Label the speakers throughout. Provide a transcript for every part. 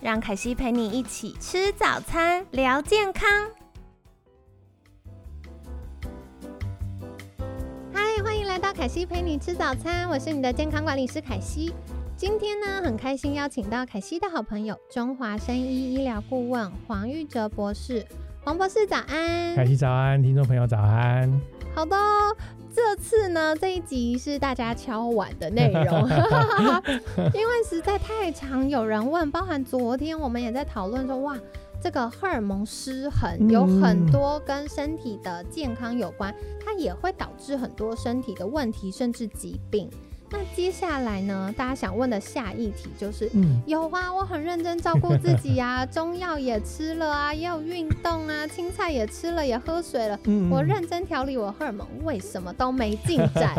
Speaker 1: 让凯西陪你一起吃早餐，聊健康。嗨，欢迎来到凯西陪你吃早餐，我是你的健康管理师凯西。今天呢，很开心邀请到凯西的好朋友，中华生医医疗顾问黄玉哲博士。黄博士，早安！
Speaker 2: 凯西早安，听众朋友早安。
Speaker 1: 好的哦，这次呢这一集是大家敲碗的内容，因为实在太常有人问，包含昨天我们也在讨论说，哇，这个荷尔蒙失衡
Speaker 2: 嗯
Speaker 1: 有很多跟身体的健康有关，它也会导致很多身体的问题，甚至疾病。那接下来呢，大家想问的下一题就是。
Speaker 2: 嗯，
Speaker 1: 有啊，我很认真照顾自己啊，中药也吃了啊，也有运动啊，青菜也吃了，也喝水了，
Speaker 2: 嗯
Speaker 1: 我认真调理我荷尔蒙，为什么都没进 展？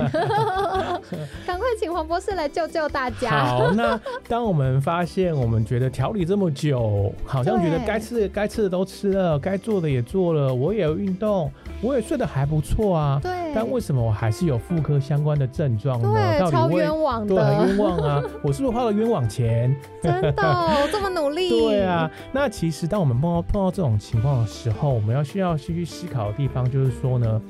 Speaker 1: 赶快请黄博士来救救大家。
Speaker 2: 好，那当我们发现我们觉得调理这么久，好像觉得
Speaker 1: 对
Speaker 2: 该吃的该吃的都吃了，该做的也做了，我也有运动，我也睡得还不错啊，
Speaker 1: 对，
Speaker 2: 但为什么我还是有妇科相关的症状呢？
Speaker 1: 对
Speaker 2: 到
Speaker 1: 超
Speaker 2: 底为
Speaker 1: 冤枉
Speaker 2: 对很
Speaker 1: 的，
Speaker 2: 冤枉啊！我是不是花了冤枉钱？
Speaker 1: 真的，我这么努力。
Speaker 2: 对 啊，，那其实当我们碰到碰到这种情况的时候，我们要需要去思考的地方就是说呢，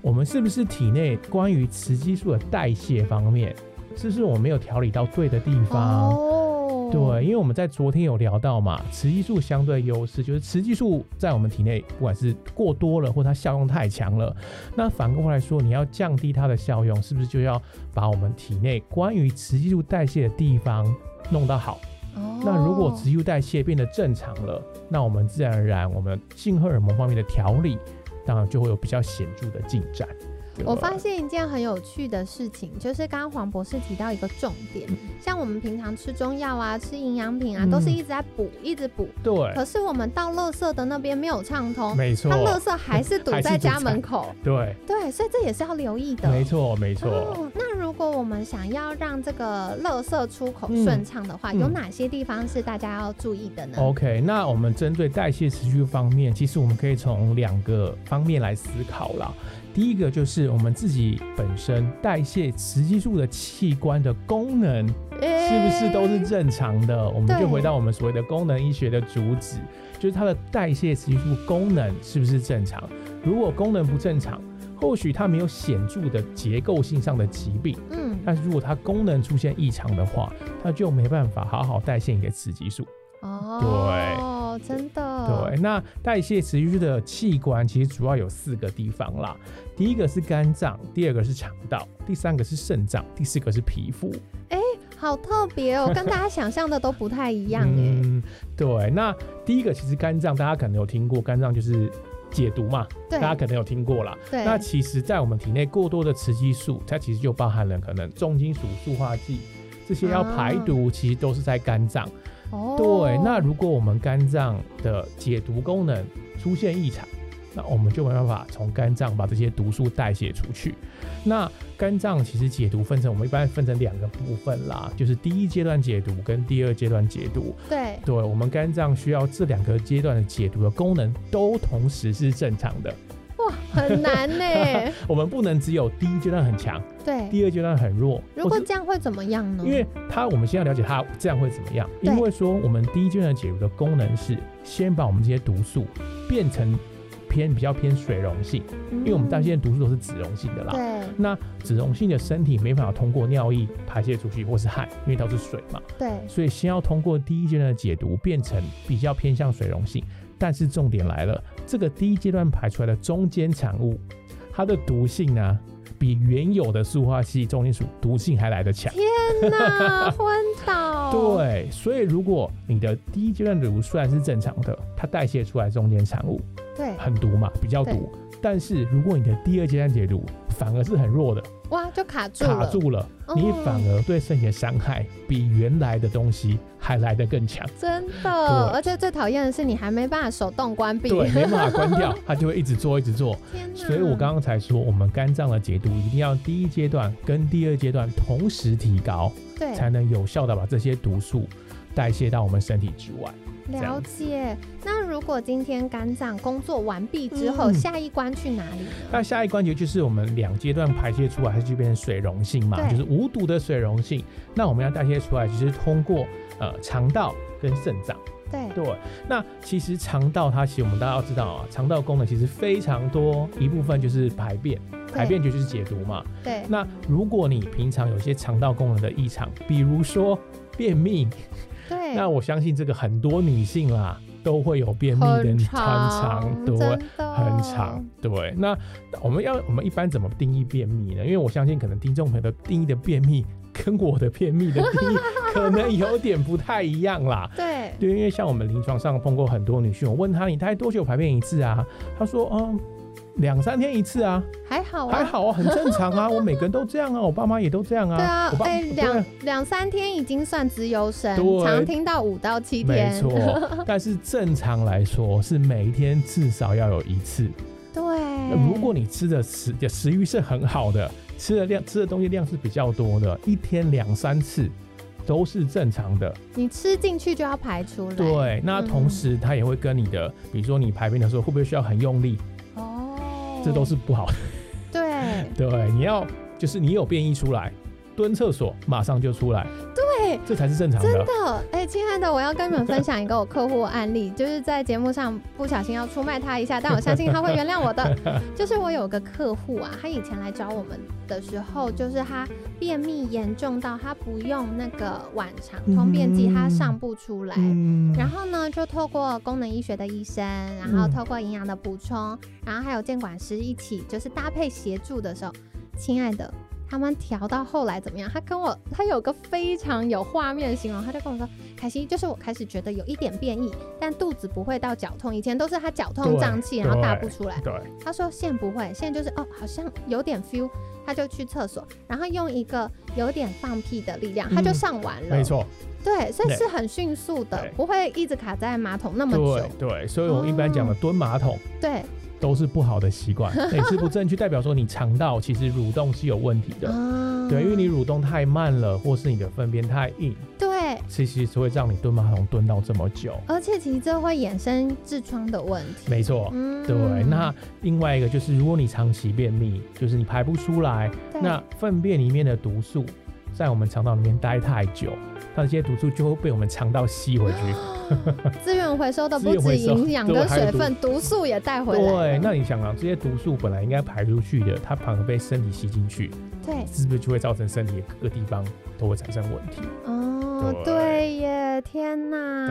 Speaker 2: 我们是不是体内关于雌激素的代谢方面，是不是我们没有调理到对的地方？
Speaker 1: 哦，
Speaker 2: 对，因为我们在昨天有聊到嘛，雌激素相对优势就是雌激素在我们体内不管是过多了，或它效用太强了。那反过来说，你要降低它的效用，是不是就要把我们体内关于雌激素代谢的地方弄到好？
Speaker 1: 哦，
Speaker 2: 那如果啊雌激素代谢变得正常了，那我们自然而然我们性荷尔蒙方面的调理，当然就会有比较显著的进展。
Speaker 1: 我
Speaker 2: 对
Speaker 1: 发现一件很有趣的事情，就是刚刚黄博士提到一个重点，像我们平常吃中药啊、吃营养品啊，
Speaker 2: 嗯
Speaker 1: 都是一直在补，一直补。
Speaker 2: 对，
Speaker 1: 可是我们到垃圾的那边没有畅通，
Speaker 2: 没错
Speaker 1: 它，垃圾还是堵
Speaker 2: 还是
Speaker 1: 在
Speaker 2: 堵
Speaker 1: 家
Speaker 2: 在
Speaker 1: 门口。
Speaker 2: 对，
Speaker 1: 对，所以这也是要留意的。
Speaker 2: 没错，没错。
Speaker 1: 哦，那如果我们想要让这个垃圾出口
Speaker 2: 嗯
Speaker 1: 顺畅的话，
Speaker 2: 嗯哦
Speaker 1: 有哪些地方是大家要注意的呢？
Speaker 2: OK，那我们针对代谢持续方面，其实我们可以从两个方面来思考啦。第一个就是我们自己本身代谢雌激素的器官的功能是不是都是
Speaker 1: 诶
Speaker 2: 正常的？我们
Speaker 1: 对
Speaker 2: 就回到我们所谓的功能医学的主旨，就是它的代谢雌激素功能是不是正常？如果功能不正常，或许它没有显著的结构性上的疾病。
Speaker 1: 嗯，
Speaker 2: 但是如果它功能出现异常的话，它就没办法好好代谢你的雌激素。
Speaker 1: 哦，对，真
Speaker 3: 嗯
Speaker 1: 的，
Speaker 2: 对，那代谢持续的器官其实主要有四个地方啦，第一个是肝脏，第二个是肠道，第三个是肾脏，第四个是皮肤。
Speaker 1: 好特别哦，跟大家想象的都不太一样哎、
Speaker 2: 嗯，对，那第一个其实肝脏大家可能有听过，肝脏就是解毒嘛，大家
Speaker 1: 对
Speaker 2: 可能有听过啦。
Speaker 1: 对，
Speaker 2: 那其实，在我们体内过多的雌激素，它其实就包含了可能重金属、塑化剂这些要排毒，其实都是在肝脏。
Speaker 1: 啊哦
Speaker 2: 对，那如果我们肝脏的解毒功能出现异常，那我们就没办法从肝脏把这些毒素代谢出去。那肝脏其实解毒分成，我们一般分成两个部分啦，就是第一阶段解毒跟第二阶段解毒。
Speaker 1: 对
Speaker 2: 对我们肝脏需要这两个阶段的解毒的功能都同时是正常的，
Speaker 1: 哇，很难呢、
Speaker 2: 我们不能只有第一阶段很强，
Speaker 1: 对，
Speaker 2: 第二阶段很弱。
Speaker 1: 如果
Speaker 2: 或是
Speaker 1: 这样会怎么样呢？
Speaker 2: 因为它，我们先要了解它这样会怎么样。
Speaker 1: 对
Speaker 2: 因为说我们第一阶段的解毒的功能是先把我们这些毒素变成偏比较偏水溶性，因为我们
Speaker 1: 担
Speaker 2: 大部
Speaker 1: 心
Speaker 2: 分毒素都是脂溶性的啦。
Speaker 1: 嗯对
Speaker 2: 那脂溶性的身体没办法通过尿液排泄出去，或是汗，因为都是水嘛，
Speaker 1: 对，
Speaker 2: 所以先要通过第一阶段的解毒，变成比较偏向水溶性。但是重点来了，这个第一阶段排出来的中间产物，它的毒性呢、比原有的塑化系重金属毒性还来得强。
Speaker 1: 天哪，昏倒，
Speaker 2: 对，所以如果你的第一阶段的毒虽然是正常的，它代谢出来中间产物
Speaker 1: 对
Speaker 2: 很毒嘛，比较毒，但是如果你的第二阶段解读反而是很弱的，
Speaker 3: 哇，就卡住
Speaker 2: 卡
Speaker 3: 了，
Speaker 2: 住了，
Speaker 3: 哦
Speaker 2: 你反而对身体的伤害比原来的东西还来得更强。
Speaker 3: 真的。
Speaker 2: 对
Speaker 3: 而且最讨厌的是，你还没办法手动关闭。
Speaker 2: 对，没办法关掉，它就会一直做，一直做。
Speaker 3: 天哪！
Speaker 2: 所以我刚刚才说，我们肝脏的解读一定要第一阶段跟第二阶段同时提高，
Speaker 3: 对
Speaker 2: 才能有效的把这些毒素代谢到我们身体之外。这
Speaker 3: 了
Speaker 2: 样
Speaker 3: 解。那如果今天肝脏工作完毕之后，
Speaker 2: 嗯
Speaker 3: 下一关去哪里呢？
Speaker 2: 那下一关节就是我们两阶段排泄出来，它就变成水溶性嘛，
Speaker 3: 对
Speaker 2: 就是无毒的水溶性。那我们要代谢出来，就是通过呃肠道跟肾脏。
Speaker 3: 对，
Speaker 2: 对，那其实肠道它其实我们大家要知道啊，肠道功能其实非常多，一部分就是排便，排便就是解毒嘛。
Speaker 3: 对，
Speaker 2: 那如果你平常有些肠道功能的异常，比如说便秘，
Speaker 3: 对，
Speaker 2: 那我相信这个很多女性啦都会有便秘的
Speaker 3: 很
Speaker 2: 很
Speaker 3: 长，
Speaker 2: 长，对，
Speaker 3: 真的
Speaker 2: 很长。，对。那我们要我们一般怎么定义便秘呢？因为我相信可能听众朋友的定义的便秘跟我的便秘的定义可能有点不太一样啦。
Speaker 3: 对，
Speaker 2: 对，因为像我们临床上碰过很多女性，我问她你大概多久排便一次啊？她说嗯两三天一次啊，
Speaker 3: 还好
Speaker 2: 还
Speaker 3: 啊。
Speaker 2: 好啊，很正常 啊，我每个人都这样啊，我爸妈也都这样啊。
Speaker 3: 对啊
Speaker 2: 我，爸
Speaker 3: 哎，
Speaker 2: 对
Speaker 3: 两两三天已经算自由神，
Speaker 2: 对
Speaker 3: 常听到五到七
Speaker 2: 没
Speaker 3: 天，
Speaker 2: 错，但是正常来说是每一天至少要有一次。那
Speaker 3: 对。
Speaker 2: 如果你吃的食食欲是很好的，吃的量吃的东西量是比较多的，一天两三次都是正常的。
Speaker 3: 你吃进去就要排出来，，
Speaker 2: 对，那同时它也会跟你
Speaker 3: 嗯
Speaker 2: 的，比如说你排便的时候会不会需要很用力，
Speaker 3: 哦，
Speaker 2: 这都是不好的。
Speaker 3: 对
Speaker 2: 对，你要就是你有便意出来，蹲厕所马上就出来，
Speaker 3: 对，
Speaker 2: 这才是正常
Speaker 3: 真的，哎、亲爱的，我要跟你们分享一个我客户案例，就是在节目上不小心要出卖他一下，但我相信他会原谅我的。就是我有个客户啊，他以前来找我们的时候，就是他便秘严重到他不用那个晚肠通便剂，他上不出来。
Speaker 2: 嗯
Speaker 3: 然后呢，就透过功能医学的医生，然后
Speaker 2: 嗯
Speaker 3: 透过营养的补充，然后还有监管师一起，就是搭配协助的时候，亲爱的，他们调到后来怎么样？他跟我，他有个非常有画面的形容，他就跟我说：“凯西，就是我开始觉得有一点变异，但肚子不会到绞痛，以前都是他绞痛
Speaker 2: 对
Speaker 3: 胀气，然后
Speaker 2: 对
Speaker 3: 大不出来。
Speaker 2: 对，
Speaker 3: 他说现不会，现在就是哦，好像有点 feel，他就去厕所，然后用一个有点放屁的力量，他就
Speaker 2: 嗯
Speaker 3: 上完了。
Speaker 2: 没错。
Speaker 3: 对，所以
Speaker 2: 对
Speaker 3: 是很迅速的
Speaker 2: 对，
Speaker 3: 不会一直卡在马桶那么久哦
Speaker 2: 对。对，所以我们一般讲的蹲马桶。
Speaker 3: 对，
Speaker 2: 都是不好的习惯，也是不正确，代表说你肠道其实蠕动是有问题的。
Speaker 3: 啊
Speaker 2: 对，因为你蠕动太慢了，或是你的粪便太硬，
Speaker 3: 对，
Speaker 2: 其实是会让你蹲马桶蹲到这么久。
Speaker 3: 而且其实这会衍生痔疮的问题。
Speaker 2: 没错，
Speaker 3: 嗯
Speaker 2: 对。那另外一个就是，如果你长期便秘，就是你排不出来，
Speaker 3: 对
Speaker 2: 那粪便里面的毒素在我们肠道里面待太久，那这些毒素就会被我们肠道吸回去。
Speaker 3: 资源回收的
Speaker 2: 资
Speaker 3: 不
Speaker 2: 源
Speaker 3: 止
Speaker 2: 回收
Speaker 3: 营养
Speaker 2: 对
Speaker 3: 跟
Speaker 2: 还有
Speaker 3: 水
Speaker 2: 毒
Speaker 3: 分，毒素也带回来
Speaker 2: 对，
Speaker 3: 了。
Speaker 2: 那你想啊，这些毒素本来应该排出去的，它反而被身体吸进去，
Speaker 3: 对，
Speaker 2: 是不是就会造成身体的各个地方都会产生问题？
Speaker 3: 哦，
Speaker 2: 对
Speaker 3: 对耶，天哪！，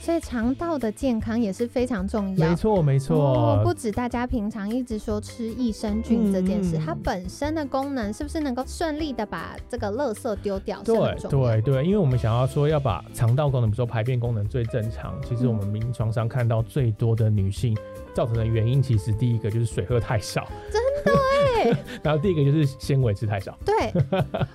Speaker 3: 所以肠道的健康也是非常重要。
Speaker 2: 没错没错、
Speaker 3: 哦，不止大家平常一直说吃益生菌这件事，
Speaker 2: 嗯
Speaker 3: 它本身的功能是不是能够顺利的把这个垃圾丢掉是
Speaker 2: 对
Speaker 3: 很重要。
Speaker 2: 对对，因为我们想要说要把肠道功能，比如说排便功能最正常，其实我们临床上看到最多的女性造成的原因，其实第一个就是水喝太少，
Speaker 3: 真
Speaker 2: 的哎，然后第一个就是纤维吃太少，
Speaker 3: 对，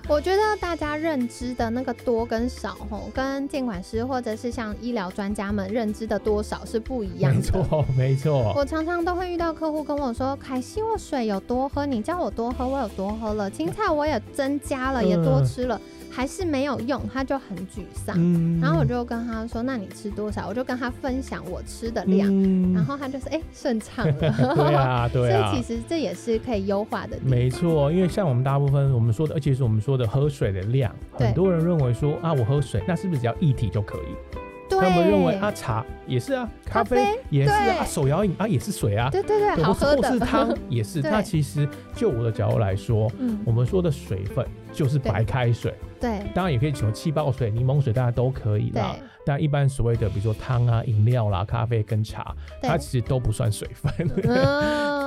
Speaker 3: 我觉得大家认知的那个多跟少，吼，跟监管师或者是像医疗专家们认知的多少是不一样
Speaker 2: 没
Speaker 3: 的。
Speaker 2: 错没错，
Speaker 3: 我常常都会遇到客户跟我说：“凯西，我水有多喝，你叫我多喝，我有多喝了，青菜我也增加了，也多
Speaker 2: 嗯
Speaker 3: 吃了，还是没有用。”他就很沮丧。
Speaker 2: 嗯
Speaker 3: 然后我就跟他说：“那你吃多少？”我就跟他分享我吃的量，
Speaker 2: 嗯
Speaker 3: 然后他就是哎顺畅了。
Speaker 2: 对啊对啊
Speaker 3: 所以。其实这也是可以优化的地方。
Speaker 2: 没错，因为像我们大部分我们说的，而且是我们说的喝水的量，
Speaker 3: 对
Speaker 2: 很多人认为说啊，我喝水，那是不是只要一体就可以？
Speaker 3: 对，
Speaker 2: 他们认为啊，茶也是啊，
Speaker 3: 咖
Speaker 2: 咖
Speaker 3: 啡
Speaker 2: 啡也是
Speaker 3: 对
Speaker 2: 啊，啊手摇饮啊也是水啊，
Speaker 3: 对对对，
Speaker 2: 对
Speaker 3: 好
Speaker 2: 或是
Speaker 3: 喝
Speaker 2: 或是
Speaker 3: 的。
Speaker 2: 汤也是。
Speaker 3: 对
Speaker 2: 那其实就我的角度来说，
Speaker 3: 嗯，
Speaker 2: 我们说的水分就是白开水，
Speaker 3: 对
Speaker 2: 当然也可以求气泡水、柠檬水，大家都可以
Speaker 3: 对
Speaker 2: 啦。但一般所谓的比如说汤啊、饮料啦、咖啡跟茶，它
Speaker 3: 对
Speaker 2: 其实都不算水分。
Speaker 3: 嗯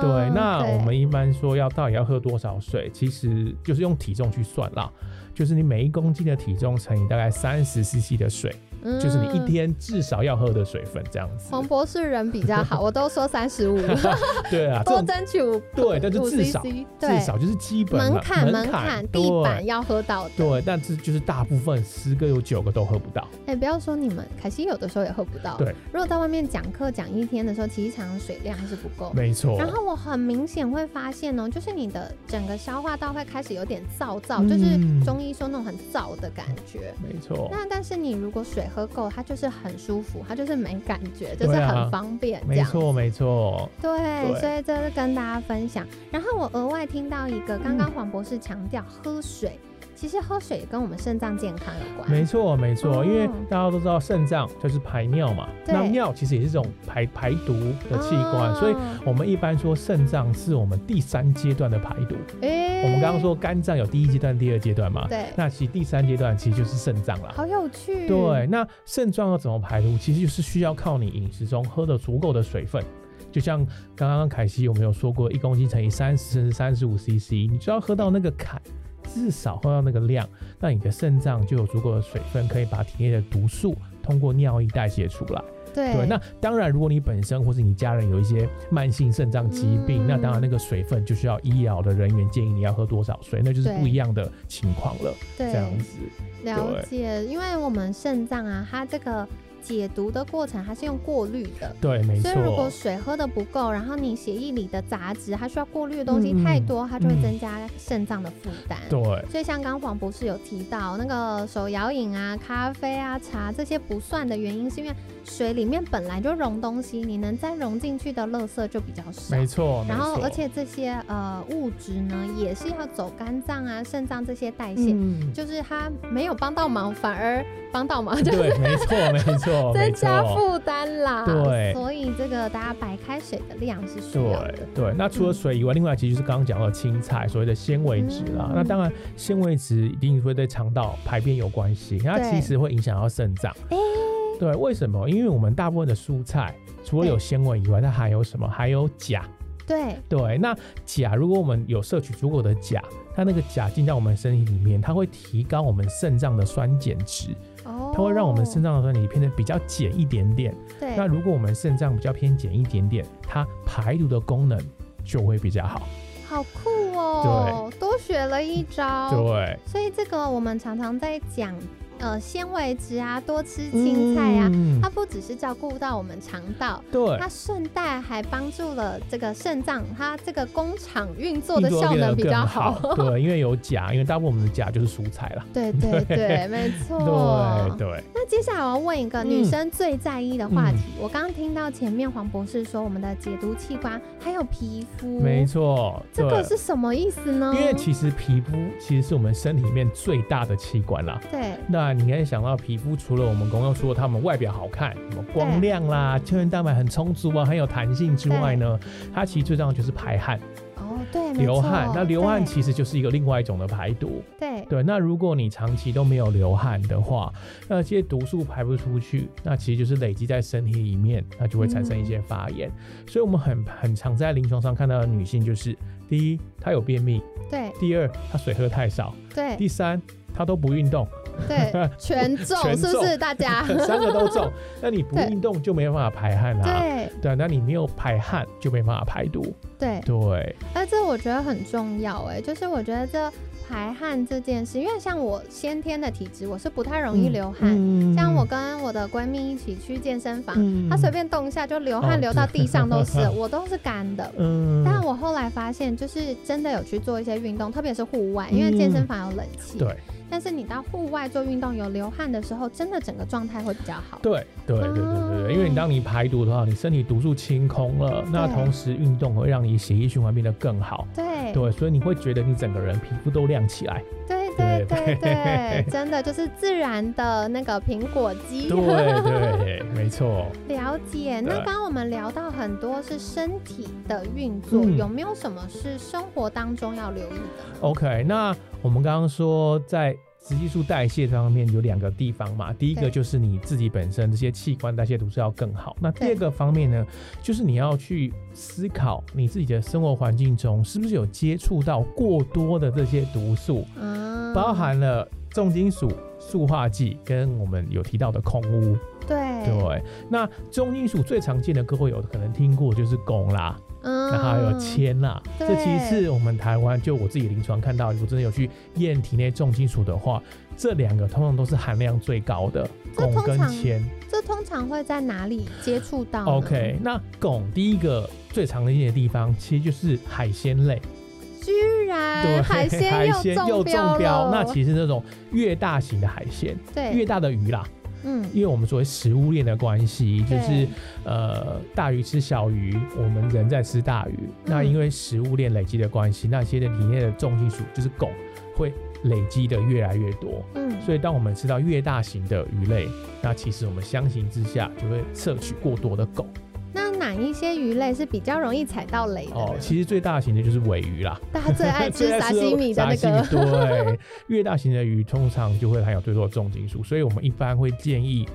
Speaker 2: 对，那
Speaker 3: 对
Speaker 2: 我们一般说要到底要喝多少水，其实就是用体重去算啦，就是你每一公斤的体重乘以大概三十 CC 的水，就是你一天至少要喝的水分这样子。
Speaker 3: 嗯黄博士人比较好，我都说 三十五，
Speaker 2: 对啊，这
Speaker 3: 多
Speaker 2: 种
Speaker 3: 争取五
Speaker 2: 对，但是
Speaker 3: 五
Speaker 2: 至
Speaker 3: CC，
Speaker 2: 少至
Speaker 3: 对，
Speaker 2: 少就是基本
Speaker 3: 门
Speaker 2: 嘛
Speaker 3: 槛门槛
Speaker 2: 槛
Speaker 3: 地板
Speaker 2: 对
Speaker 3: 要喝到的。
Speaker 2: 对，但是就是大部分十个有九个都喝不到。
Speaker 3: 哎、不要说你们，凯西有的时候也喝不到。
Speaker 2: 对，
Speaker 3: 如果在外面讲课讲一天的时候，其实常常水量还是不够。
Speaker 2: 没错。
Speaker 3: 然后我很明显会发现哦，就是你的整个消化道会开始有点燥燥，
Speaker 2: 嗯
Speaker 3: 就是中医说那种很燥的感觉。
Speaker 2: 没错，
Speaker 3: 那但是你如果水喝够，它就是很舒服，它就是没感觉，
Speaker 2: 对
Speaker 3: 就
Speaker 2: 啊
Speaker 3: 是很方便这
Speaker 2: 没
Speaker 3: 样。
Speaker 2: 错，没错。
Speaker 3: 对，
Speaker 2: 对
Speaker 3: 所以这是跟大家分享。然后我额外听到一个，刚刚黄博士强调喝水，其实喝水也跟我们肾脏健康有关。
Speaker 2: 没错，没错，
Speaker 3: 哦
Speaker 2: 因为大家都知道肾脏就是排尿嘛，
Speaker 3: 对
Speaker 2: 那尿其实也是这种排排毒的器官，
Speaker 3: 哦
Speaker 2: 所以我们一般说肾脏是我们第三阶段的排毒。
Speaker 3: 诶
Speaker 2: 我们刚刚说肝脏有第一阶段、第二阶段嘛，
Speaker 3: 对，
Speaker 2: 那其实第三阶段其实就是肾脏啦。
Speaker 3: 好有趣。
Speaker 2: 对，，那肾脏要怎么排毒，其实就是需要靠你饮食中喝的足够的水分。就像刚刚凯西有没有说过，一公斤乘以三十甚至三十五 CC，你就要喝到那个坎，至少喝到那个量，那你的肾脏就有足够的水分，可以把体内的毒素通过尿液代谢出来。
Speaker 3: 对，
Speaker 2: 对，那当然，如果你本身或是你家人有一些慢性肾脏疾病，
Speaker 3: 嗯
Speaker 2: 那当然那个水分就需要医疗的人员建议你要喝多少水，那就是
Speaker 3: 对
Speaker 2: 不一样的情况了。这样
Speaker 3: 对，
Speaker 2: 子，
Speaker 3: 了解，因为我们肾脏啊，它这个解毒的过程它是用过滤的。
Speaker 2: 对，没
Speaker 3: 所以，如果
Speaker 2: 错。
Speaker 3: 水喝的不够，然后你血液里的杂质，它需要过滤的东西
Speaker 2: 嗯嗯
Speaker 3: 太多，它就会
Speaker 2: 嗯
Speaker 3: 增加肾脏的负担。
Speaker 2: 对，
Speaker 3: 所以像刚黄博士有提到，那个手摇饮啊、咖啡啊、茶这些不算的原因，是因为水里面本来就溶东西，你能再溶进去的垃圾就比较少。
Speaker 2: 没错，
Speaker 3: 然后
Speaker 2: 没，错
Speaker 3: 而且这些呃物质呢，也是要走肝脏啊、肾脏这些代谢，
Speaker 2: 嗯，
Speaker 3: 就是它没有帮到忙，反而帮到忙，就
Speaker 2: 对，没错，没错，没
Speaker 3: 增加
Speaker 2: 错。
Speaker 3: 负担嗯啦。
Speaker 2: 对
Speaker 3: 所以这个大家白开水的量是需要的
Speaker 2: 对。对，那除了水以外，另外其实就是刚刚讲到的青菜，所谓的纤维质啦。
Speaker 3: 嗯
Speaker 2: 那当然，纤维质一定会对肠道排便有关系，它
Speaker 3: 对
Speaker 2: 其实会影响到肾脏。
Speaker 3: 嗯
Speaker 2: 对，为什么？因为我们大部分的蔬菜除了有纤维以外，它还有什么？还有钾。
Speaker 3: 对
Speaker 2: 对，那钾如果我们有摄取足够的钾，它那个钾进到我们身体里面，它会提高我们肾脏的酸碱值，
Speaker 3: 哦，
Speaker 2: 它会让我们肾脏的酸碱变得比较碱一点点。
Speaker 3: 对
Speaker 2: 那如果我们肾脏比较偏碱一点点，它排毒的功能就会比较好。
Speaker 3: 好酷哦，多学了一招。
Speaker 2: 对，
Speaker 3: 所以这个我们常常在讲，呃，纤维质啊，多吃青菜啊，
Speaker 2: 嗯
Speaker 3: 它不只是照顾到我们肠道，
Speaker 2: 对，
Speaker 3: 它顺带还帮助了这个肾脏，它这个工厂运作
Speaker 2: 运
Speaker 3: 的
Speaker 2: 作
Speaker 3: 效
Speaker 2: 变得
Speaker 3: 能比
Speaker 2: 更
Speaker 3: 较
Speaker 2: 好
Speaker 3: 好。。
Speaker 2: 对，因为有钾，因为大部分我们的钾就是蔬菜 啦。
Speaker 3: 对对 对，没
Speaker 2: 对
Speaker 3: 错。
Speaker 2: 对，
Speaker 3: 那接下来我要问一个
Speaker 2: 嗯
Speaker 3: 女生最在意的话题，
Speaker 2: 嗯
Speaker 3: 我刚刚听到前面黄博士说我们的解毒器官还有皮肤，
Speaker 2: 没错，
Speaker 3: 这
Speaker 2: 对
Speaker 3: 个是什么意思呢？
Speaker 2: 因为其实皮肤其实是我们身体里面最大的器官啦。
Speaker 3: 对
Speaker 2: 那你可以想到，皮肤除了我们刚刚说它们外表好看，什么光
Speaker 3: 对
Speaker 2: 亮啦、胶原蛋白很充足啊、很有弹性之外呢，它其实最重要就是排汗、
Speaker 3: 哦对，没
Speaker 2: 流
Speaker 3: 错
Speaker 2: 汗。那流汗
Speaker 3: 对
Speaker 2: 其实就是一个另外一种的排毒。
Speaker 3: 对
Speaker 2: 对，那如果你长期都没有流汗的话，那这些毒素排不出去，那其实就是累积在身体里面，那就会产生一
Speaker 3: 嗯
Speaker 2: 些发炎。所以，我们很很常在临床上看到的女性，就是第一，她有便秘；
Speaker 3: 对
Speaker 2: 第二，她水喝太少；
Speaker 3: 对
Speaker 2: 第三，她都不运动，
Speaker 3: 对， 全中
Speaker 2: 全
Speaker 3: 是不是
Speaker 2: 中
Speaker 3: 大家？
Speaker 2: 三个都 中。那你不
Speaker 3: 对
Speaker 2: 运动就没办法排汗啦、
Speaker 3: 对
Speaker 2: 对，啊那你没有排汗就没办法排毒。
Speaker 3: 对，
Speaker 2: 对，
Speaker 3: 那这我觉得很重要哎，就是我觉得这排汗这件事，因为像我先天的体质，我是不太容易流汗。
Speaker 2: 嗯
Speaker 3: 像我跟我的闺蜜一起去健身房，
Speaker 2: 嗯
Speaker 3: 她随便动一下就流
Speaker 2: 哦
Speaker 3: 汗，流到
Speaker 2: 对
Speaker 3: 地上都 是，我都是干的。
Speaker 2: 嗯
Speaker 3: 但我后来发现，就是真的有去做一些运动，特别是户外，因为健身房有冷
Speaker 2: 嗯
Speaker 3: 气。
Speaker 2: 对。
Speaker 3: 但是你到户外做运动，有流汗的时候，真的整个状态会比较好。
Speaker 2: 对对对对对对，因为你当你排毒的话，你身体毒素清空了，那
Speaker 3: 啊对
Speaker 2: 同时运动会让你血液循环变得更好。
Speaker 3: 对
Speaker 2: 对，所以你会觉得你整个人皮肤都亮起 来。
Speaker 3: 对
Speaker 2: 对
Speaker 3: 对对对，真的就是自然的那个苹果肌。
Speaker 2: 对对，没错。
Speaker 3: 了解。那
Speaker 2: 对
Speaker 3: 刚刚我们聊到很多是身体的运作，
Speaker 2: 嗯
Speaker 3: 有没有什么是生活当中要留意的？
Speaker 2: OK，那我们刚刚说在雌激素代谢方面有两个地方嘛，第一个
Speaker 3: 对
Speaker 2: 就是你自己本身这些器官代谢毒素要更好，那第
Speaker 3: 对
Speaker 2: 二个方面呢，就是你要去思考你自己的生活环境中是不是有接触到过多的这些毒素，
Speaker 3: 啊
Speaker 2: 包含了重金属、塑化剂跟我们有提到的空污。
Speaker 3: 嗯对，
Speaker 2: 对，那重金属最常见的各位有可能听过就是汞啦，
Speaker 3: 嗯，
Speaker 2: 然后还有铅啦，
Speaker 3: 对
Speaker 2: 这其实是我们台湾就我自己临床看到，如果真的有去验体内重金属的话，这两个通常都是含量最高的，
Speaker 3: 这
Speaker 2: 汞
Speaker 3: 通
Speaker 2: 跟
Speaker 3: 常嗯
Speaker 2: 铅。
Speaker 3: 这通常会在哪里接触到呢
Speaker 2: OK，那汞第一个最常见的地方其实就是海鲜类，
Speaker 3: 居
Speaker 2: 对，
Speaker 3: 然哎海鲜
Speaker 2: 海鲜又
Speaker 3: 标
Speaker 2: 中标，
Speaker 3: 了，
Speaker 2: 那其实那种越大型的海鲜，越
Speaker 3: 对，
Speaker 2: 大的鱼啦，
Speaker 3: 嗯，
Speaker 2: 因为我们所谓食物链的关系，就是
Speaker 3: 对
Speaker 2: 呃大鱼吃小鱼，我们人在吃大鱼。那因为食物链累积的关系，那些的里面的重金属就是汞会累积的越来越多。
Speaker 3: 嗯，
Speaker 2: 所以当我们吃到越大型的鱼类，那其实我们相形之下就会摄取过多的汞
Speaker 3: 那哪一些鱼类是比较容易踩到雷的呢？
Speaker 2: 哦。其实最大型的就是尾鱼啦，
Speaker 3: 大家最 爱哎吃
Speaker 2: 最爱
Speaker 3: 沙西米的那
Speaker 2: 沙
Speaker 3: 个，
Speaker 2: 西米对，越大型的鱼通常就会含有最多的重金属，所以我们一般会建议。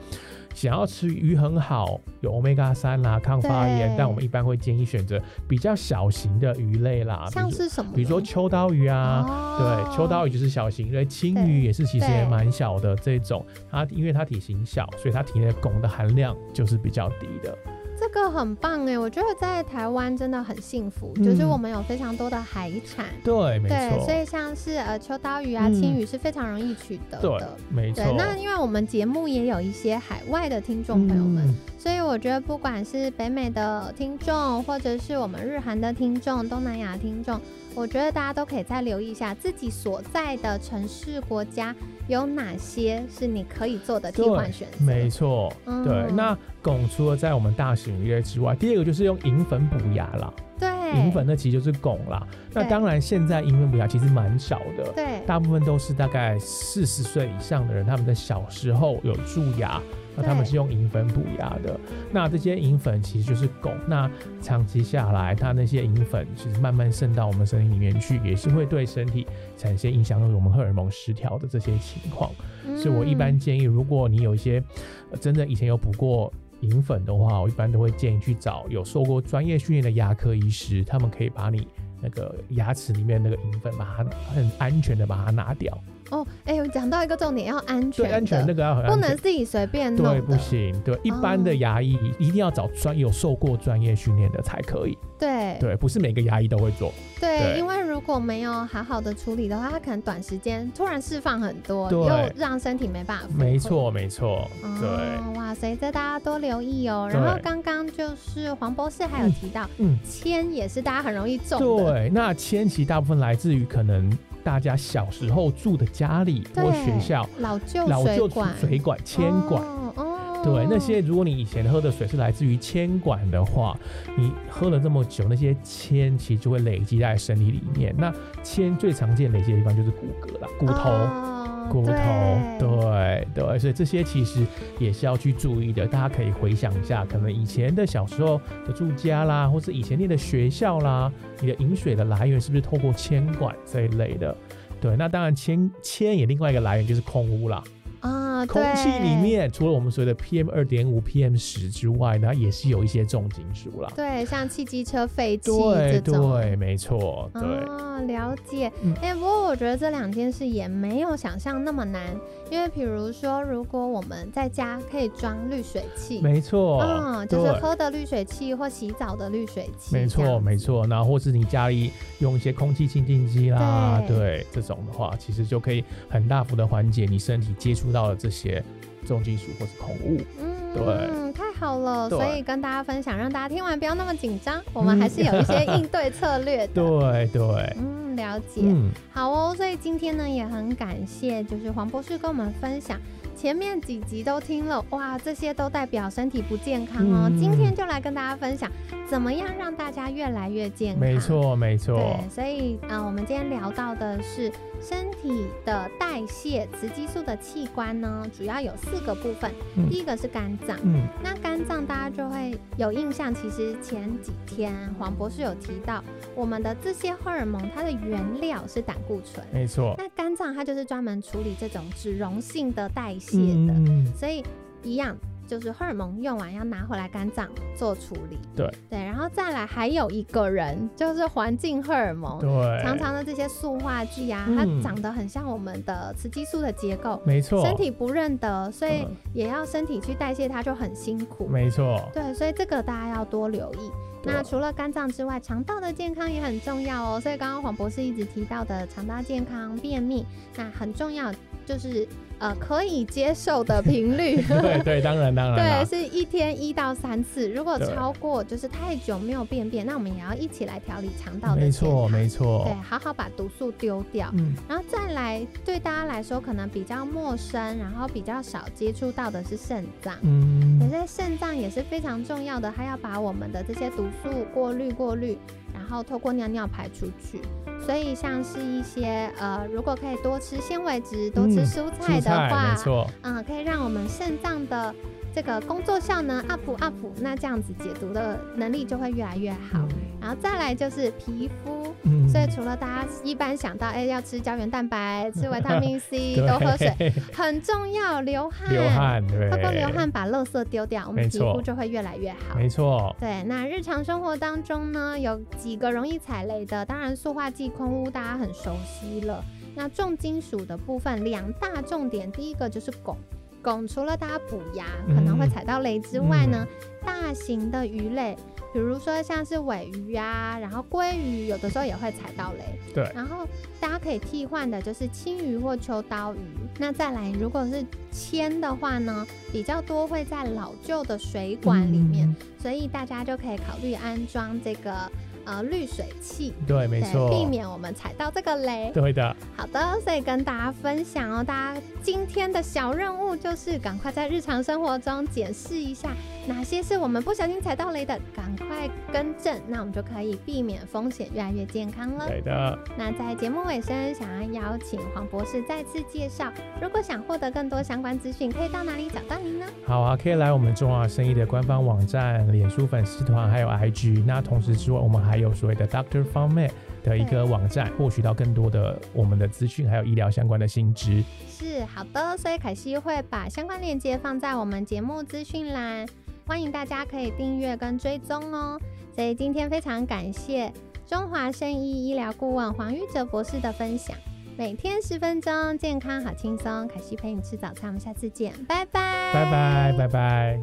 Speaker 2: 想要吃鱼很好，有 omega 三啦、抗发炎
Speaker 3: 对，
Speaker 2: 但我们一般会建议选择比较小型的鱼类啦，比如
Speaker 3: 像是什么呢？
Speaker 2: 比如说秋刀鱼啊，
Speaker 3: 哦
Speaker 2: 对，秋刀鱼就是小型，对，青
Speaker 3: 对
Speaker 2: 鱼也是其实也
Speaker 3: 对
Speaker 2: 蛮小的这种，它因为它体型小，所以它体内的汞的含量就是比较低的。
Speaker 3: 这个很棒哎，我觉得在台湾真的很幸福，
Speaker 2: 嗯
Speaker 3: 就是我们有非常多的海产，
Speaker 2: 对，没
Speaker 3: 对，所
Speaker 2: 错，
Speaker 3: 以像是呃秋刀鱼啊、
Speaker 2: 嗯
Speaker 3: 青鱼是非常容易取得
Speaker 2: 对
Speaker 3: 的。，
Speaker 2: 没错
Speaker 3: 对，。那因为我们节目也有一些海外的听众朋友们，
Speaker 2: 嗯
Speaker 3: 所以我觉得，不管是北美的听众，或者是我们日韩的听众、东南亚的听众，我觉得大家都可以再留意一下自己所在的城市、国家有哪些是你可以做的替换选择。
Speaker 2: 没错，
Speaker 3: 嗯
Speaker 2: 对。那汞除了在我们大型鱼类之外，第二个就是用银粉补牙啦。
Speaker 3: 对，嗯
Speaker 2: 银粉那其实就是汞啦。那
Speaker 3: 对
Speaker 2: 当然，现在银粉补牙其实蛮少的，
Speaker 3: 嗯对
Speaker 2: 大部分都是大概四十岁以上的人，他们在小时候有蛀牙，那他们
Speaker 3: 对
Speaker 2: 是用银粉补牙的。那这些银粉其实就是汞，那长期下来，它那些银粉其实慢慢渗到我们身体里面去，也是会对身体产生影响，我们荷尔蒙失调的这些情况。
Speaker 3: 嗯
Speaker 2: 所以我一般建议，如果你有一些、呃真的以前有补过银粉的话，我一般都会建议去找有受过专业训练的牙科医师，他们可以把你那个牙齿里面那个银粉把它很安全的把它拿掉，
Speaker 3: 哦，哎、我讲到一个重点，要安全
Speaker 2: 对，
Speaker 3: 的，
Speaker 2: 安全那个要很
Speaker 3: 不
Speaker 2: 安
Speaker 3: 能
Speaker 2: 全。
Speaker 3: 自己随便弄
Speaker 2: 对，
Speaker 3: 的。哦
Speaker 2: 不行，对，一般的牙医一定要找专有受过专业训练的才可以，
Speaker 3: 对
Speaker 2: 对，不是每个牙医都会做，
Speaker 3: 对
Speaker 2: 对
Speaker 3: 因为如果没有好好的处理的话，它可能短时间突然释放很多，
Speaker 2: 对
Speaker 3: 又让身体没办法。
Speaker 2: 没。错，没错，对，
Speaker 3: 哦，哇塞，这大家多留意哦。
Speaker 2: 对
Speaker 3: 然后刚刚就是黄博士还有提到，
Speaker 2: 嗯，
Speaker 3: 铅也是大家很容易中的，
Speaker 2: 对，那千奇大部分来自于可能大家小时候住的家里或学校
Speaker 3: 老旧
Speaker 2: 老
Speaker 3: 水
Speaker 2: 旧
Speaker 3: 管、
Speaker 2: 水管、铅管。
Speaker 3: 哦，哦
Speaker 2: 对，那些如果你以前喝的水是来自于铅管的话，你喝了这么久，那些铅其实就会累积在身体里面。那铅最常见累积的地方就是骨骼啦，骨头。
Speaker 3: 哦
Speaker 2: 骨头，
Speaker 3: 对
Speaker 2: 对对，所以这些其实也是要去注意的。大家可以回想一下，可能以前的小时候的住家啦，或是以前念的学校啦，你的饮水的来源是不是透过铅管这一类的？对，那当然铅铅也另外一个来源就是空污啦，
Speaker 3: 啊，
Speaker 2: 空气
Speaker 3: 对
Speaker 2: 里。面除了我们所谓的 PM 二点五、PM 十之外呢，也是有一些重金属啦。
Speaker 3: 对，像汽机车废气
Speaker 2: 对
Speaker 3: 这种，
Speaker 2: 对，没错，对。
Speaker 3: 哦，了解
Speaker 2: 嗯。
Speaker 3: 哎、不过我觉得这两件事也没有想象那么难，因为比如说，如果我们在家可以装滤水器，
Speaker 2: 没错，
Speaker 3: 嗯，
Speaker 2: 哦对。
Speaker 3: 就是喝的滤水器或洗澡的滤水器，
Speaker 2: 没
Speaker 3: 这
Speaker 2: 错，
Speaker 3: 样
Speaker 2: 没错。然后或是你家里用一些空气清净机啦，
Speaker 3: 对
Speaker 2: 对这种的话，其实就可以很大幅的缓解你身体接触到的这些重金属或是空污。
Speaker 3: 嗯，
Speaker 2: 对
Speaker 3: 嗯，太好了，
Speaker 2: 对
Speaker 3: 所以跟大家分享，让大家听完不要那么紧张，我们还是有一些应对策略的。
Speaker 2: 嗯对对，
Speaker 3: 嗯，了解。
Speaker 2: 嗯，
Speaker 3: 好哦，所以今天呢也很感谢，就是黄博士跟我们分享。前面几集都听了，哇，这些都代表身体不健康哦。
Speaker 2: 嗯
Speaker 3: 今天就来跟大家分享，怎么样让大家越来越健康。
Speaker 2: 没，错没错
Speaker 3: 对，，所以呃，我们今天聊到的是身体的代谢雌激素的器官呢，主要有四个部分，
Speaker 2: 嗯
Speaker 3: 第一个是肝脏。
Speaker 2: 嗯，
Speaker 3: 那肝脏大家就会有印象，其实前几天黄博士有提到，我们的这些荷尔蒙它的原料是胆固醇，
Speaker 2: 没错，
Speaker 3: 那肝脏它就是专门处理这种脂溶性的代谢的，
Speaker 2: 嗯，
Speaker 3: 所以一样就是荷尔蒙用完要拿回来肝脏做处理。
Speaker 2: 对
Speaker 3: 对，然后再来还有一个人就是环境荷尔蒙，
Speaker 2: 对，
Speaker 3: 常常的这些塑化剂啊，
Speaker 2: 嗯
Speaker 3: 它长得很像我们的雌激素的结构，
Speaker 2: 没错，
Speaker 3: 身体不认得，所以
Speaker 2: 嗯
Speaker 3: 也要身体去代谢它，就很辛苦。
Speaker 2: 没错，
Speaker 3: 对，所以这个大家要多留意。
Speaker 2: 对
Speaker 3: 那除了肝脏之外，肠道的健康也很重要哦。所以刚刚黄博士一直提到的肠道健康、便秘，那很重要，就是呃可以接受的频率。
Speaker 2: 对对，当然 当然
Speaker 3: 对，
Speaker 2: 啦，
Speaker 3: 是一天一到三次。如果
Speaker 2: 对
Speaker 3: 超过就是太久没有便便，那我们也要一起来调理肠道的
Speaker 2: 没
Speaker 3: 健
Speaker 2: 错
Speaker 3: 康
Speaker 2: 没错
Speaker 3: 对，，好好把毒素丢掉。
Speaker 2: 嗯，
Speaker 3: 然后再来，对大家来说可能比较陌生，然后比较少接触到的是肾脏。可
Speaker 2: 嗯，
Speaker 3: 是肾脏也是非常重要的，它要把我们的这些毒素过滤过滤，然后透过尿尿排出去。所以像是一些呃，如果可以多吃纤维质、多吃
Speaker 2: 嗯
Speaker 3: 蔬菜
Speaker 2: 蔬
Speaker 3: 的
Speaker 2: 菜
Speaker 3: 话
Speaker 2: 没，错，
Speaker 3: 嗯，可以让我们肾脏的这个工作效能 up up，那这样子解毒的能力就会越来越好。然后再来就是皮肤，
Speaker 2: 嗯，
Speaker 3: 所以除了大家一般想到哎、要吃胶原蛋白、吃维他命 C、多喝水，
Speaker 2: 对，
Speaker 3: 很重要，流汗，
Speaker 2: 流，汗，对，
Speaker 3: 透过流汗把垃圾丢掉，我们
Speaker 2: 没
Speaker 3: 皮
Speaker 2: 错
Speaker 3: 肤就会越来越好。
Speaker 2: 没错，
Speaker 3: 对，那日常生活当中呢，有几个容易踩雷的，当然塑化剂、空污大家很熟悉了。那重金属的部分，两大重点，第一个就是汞，汞除了大家补牙可能会踩到雷之外呢，大型的鱼类，比如说像是尾鱼啊，然后鲑鱼，有的时候也会踩到雷。
Speaker 2: 对
Speaker 3: 然后大家可以替换的就是青鱼或秋刀鱼。那再来，如果是铅的话呢，比较多会在老旧的水管里面。
Speaker 2: 嗯，
Speaker 3: 所以大家就可以考虑安装这个呃滤水器，
Speaker 2: 嗯对，没
Speaker 3: 对，
Speaker 2: 错，
Speaker 3: 避免我们踩到这个雷。
Speaker 2: 对的，
Speaker 3: 好的，所以跟大家分享哦，大家今天的小任务就是赶快在日常生活中检视一下哪些是我们不小心踩到雷的，赶快更正，那我们就可以避免风险，越来越健康了。
Speaker 2: 对的，
Speaker 3: 那在节目尾声，想要邀请黄博士再次介绍，如果想获得更多相关资讯，可以到哪里找到您呢？
Speaker 2: 好啊，可以来我们中华生意的官方网站、脸书粉丝团，还有 IG。那同时之外，我们还有所谓的 Doctor Format 的一个网站，获取到更多的我们的资讯，还有医疗相关的新知。
Speaker 3: 是好的，所以凯西会把相关链接放在我们节目资讯栏，欢迎大家可以订阅跟追踪哦。所以今天非常感谢中华生医医疗顾问黄玉哲博士的分享，每天十分钟，健康好轻松。凯西陪你吃早餐，我们下次见，拜拜，
Speaker 2: 拜拜，拜拜。